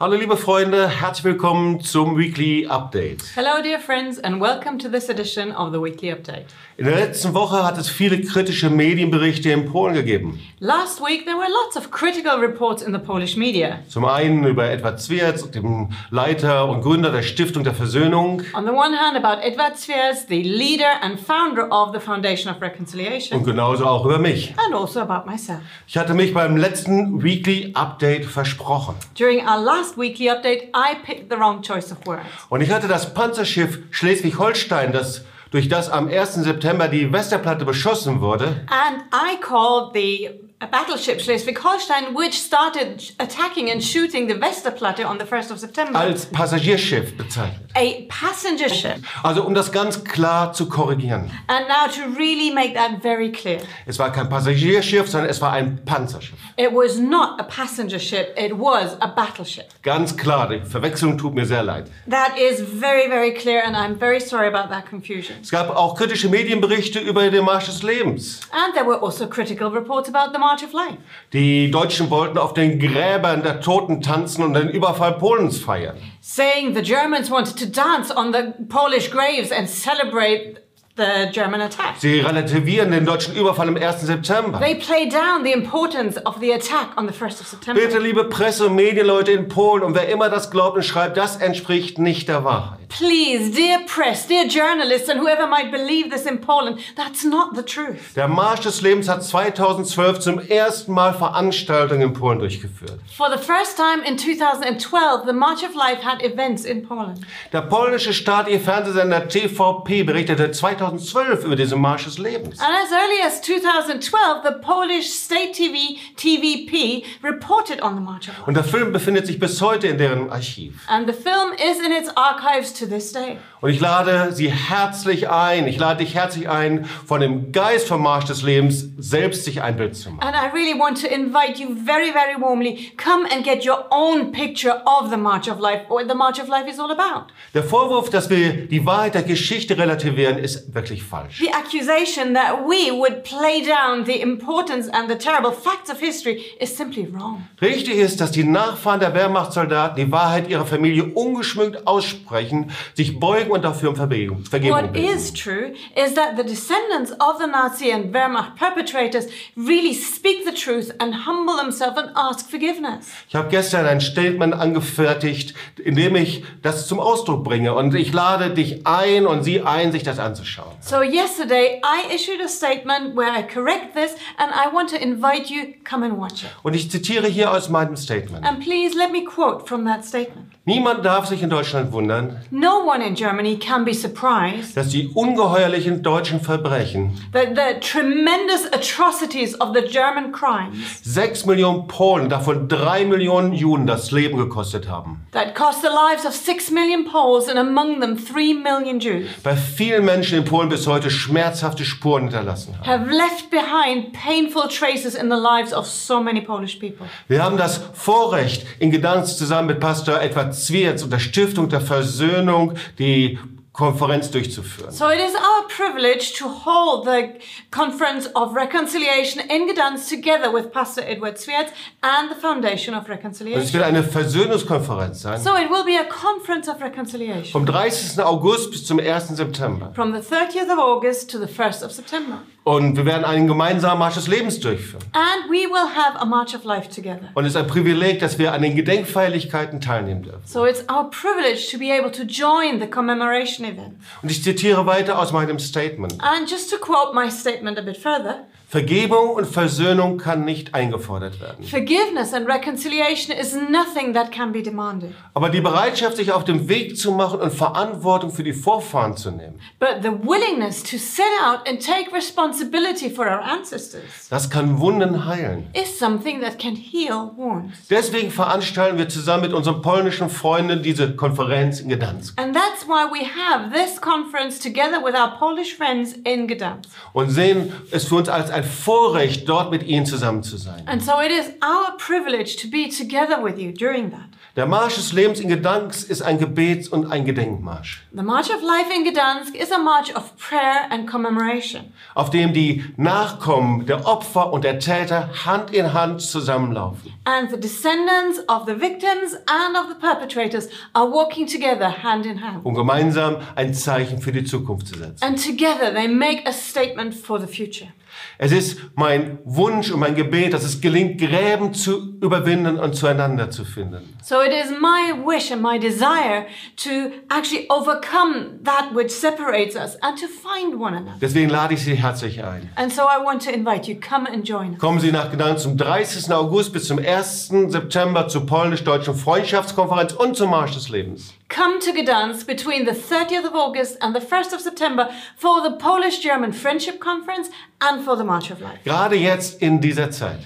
Hallo liebe Freunde, herzlich willkommen zum Weekly Update. Hello, dear friends, and welcome to this edition of the Weekly Update. In der letzten Woche hat es viele kritische Medienberichte in Polen gegeben. Last week, there were lots of critical reports in the Polish media. Zum einen über Edward Zwierz, dem Leiter und Gründer der Stiftung der Versöhnung On the one hand, about Edward Sviers, the leader and founder of the Foundation of und Reconciliation, genauso auch über mich. and also about myself. Ich hatte mich beim letzten Weekly Update versprochen. During our last Weekly Update, I picked the wrong choice of words. Und ich hatte das Panzerschiff Schleswig-Holstein, das durch das am 1. September die Westerplatte beschossen wurde, And I called the battleship Schleswig-Holstein, which started attacking and shooting the Westerplatte on the 1st of September, als Passagierschiff bezeichnet. a passenger ship. Also um das ganz klar zu korrigieren. And now to really make that very clear, Es war kein Passagierschiff, sondern es war ein Panzerschiff. it was not a passenger ship, it was a battleship. Ganz klar, die Verwechslung tut mir sehr leid. That is very, very clear, and I'm very sorry about that confusion. Es gab auch kritische Medienberichte über den Marsch des Lebens. And there were also critical reports about the March of Life. Die Deutschen wollten auf den Gräbern der Toten tanzen und den Überfall Polens feiern. saying the Germans wanted to dance on the Polish graves and celebrate the German attack. Sie relativieren den deutschen Überfall am 1. September. They play down the importance of the attack on the 1st of September. Bitte, liebe Presse und Medienleute in Polen, und wer immer das glaubt und schreibt, das entspricht nicht der Wahrheit. Please, dear press, dear journalists, and whoever might believe this in Poland, that's not the truth. Der Marsch des Lebens hat 2012 zum ersten Mal Veranstaltungen in Polen durchgeführt. For the first time in 2012, the March of Life had events in Poland. Der polnische staatliche Fernsehsender TVP berichtete 2012 über diesen Marsch des Lebens. And as early as 2012, the Polish state TV, TVP, reported on the March of Life. Und der Film befindet sich bis heute in deren Archiv. And the film is in its archives to this day. Und ich lade Sie herzlich ein, ich lade dich herzlich ein, von dem Geist vom Marsch des Lebens selbst sich ein Bild zu machen. And I really want to invite you very, very warmly, come and get your own picture of the March of Life, or what the March of Life is all about. Der Vorwurf, dass wir die Wahrheit der Geschichte relativieren, ist wirklich falsch. The accusation that we would play down the importance and the terrible facts of history is simply wrong. Richtig ist, dass die Nachfahren der Wehrmachtssoldaten die Wahrheit ihrer Familie ungeschmückt aussprechen, sich beugen und dafür um Vergebung Vergebung What bitten. is true is that the descendants of the Nazi and Wehrmacht perpetrators really speak the truth and humble themselves and ask forgiveness. Ich habe gestern ein Statement angefertigt, in dem ich das zum Ausdruck bringe. Und ich lade dich ein und sie ein, sich das anzuschauen. So yesterday I issued a statement where I correct this and I want to invite you come and watch it. Und ich zitiere hier aus meinem Statement. And please let me quote from that statement. Niemand darf sich in Deutschland wundern, No one in Germany can be surprised dass die ungeheuerlichen deutschen Verbrechen that the tremendous atrocities of the German crimes sechs Millionen Polen, davon drei Millionen Juden, das Leben gekostet haben. that cost the lives of six million Poles and among them three million Jews Bei vielen Menschen in Polen bis heute schmerzhafte Spuren hinterlassen haben. have left behind painful traces in the lives of so many Polish people. Wir haben das Vorrecht, in Gedanken zusammen mit Pastor Edward Zwierz und der Stiftung der Versöhnung die Konferenz durchzuführen. So it is our privilege to hold the Conference of Reconciliation in Gdansk together with Pastor Edward Swiat and the Foundation of Also es Reconciliation. wird eine Versöhnungskonferenz sein. So it will be a conference of reconciliation. Vom 30. August bis zum 1. September. from the 30th of August to the 1st of September. Und wir werden einen gemeinsamen Marsch des Lebens durchführen. And we will have a March of Life together. Und es ist ein Privileg, dass wir an den Gedenkfeierlichkeiten teilnehmen dürfen. So it's our privilege to be able to join the commemoration event. Und ich zitiere weiter aus meinem Statement. And just to quote my statement a bit further Vergebung und Versöhnung kann nicht eingefordert werden. forgiveness and reconciliation is nothing that can be demanded. Aber die Bereitschaft, sich auf den Weg zu machen und Verantwortung für die Vorfahren zu nehmen, But the willingness to set out and take responsibility for our ancestors das kann Wunden heilen. is something that can heal wounds. Deswegen veranstalten wir zusammen mit unseren polnischen Freunden diese Konferenz in Gdansk. And that's why we have this conference together with our Polish friends in Gdansk. und sehen es für uns als ein Vorrecht, dort mit ihnen zusammen zu sein. And so it is our privilege to be together with you during that. Der Marsch des Lebens in Gedanks ist ein Gebets- und ein Gedenkmarsch, The March of Life in Gdansk is a march of prayer and commemoration, auf dem die Nachkommen der Opfer und der Täter Hand in Hand zusammenlaufen. and the descendants of the victims and of the perpetrators are walking together hand in hand. um gemeinsam ein Zeichen für die Zukunft zu setzen. And together they make a statement for the future. Es ist mein Wunsch und mein Gebet, dass es gelingt, Gräben zu überwinden und zueinander zu finden. So it is my wish and my desire to actually overcome that which separates us and to find one another. Deswegen lade ich Sie herzlich ein. And so I want to invite you, come and join us. Kommen Sie nach Gdansk zum 30. August bis zum 1. September zur polnisch-deutschen Freundschaftskonferenz und zum Marsch des Lebens. Come to Gdansk between the 30th of August and the 1st of September for the Polish German Friendship Conference and for the March of Life, Gerade jetzt in dieser Zeit.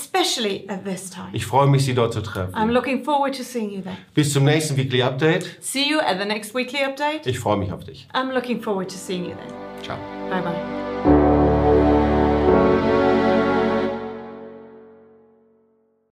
especially at this time. Ich freue mich, Sie dort zu treffen. I'm looking forward to seeing you there. Bis zum nächsten Weekly Update. See you at the next weekly update. Ich freue mich auf dich. I'm looking forward to seeing you there. Ciao. Bye bye.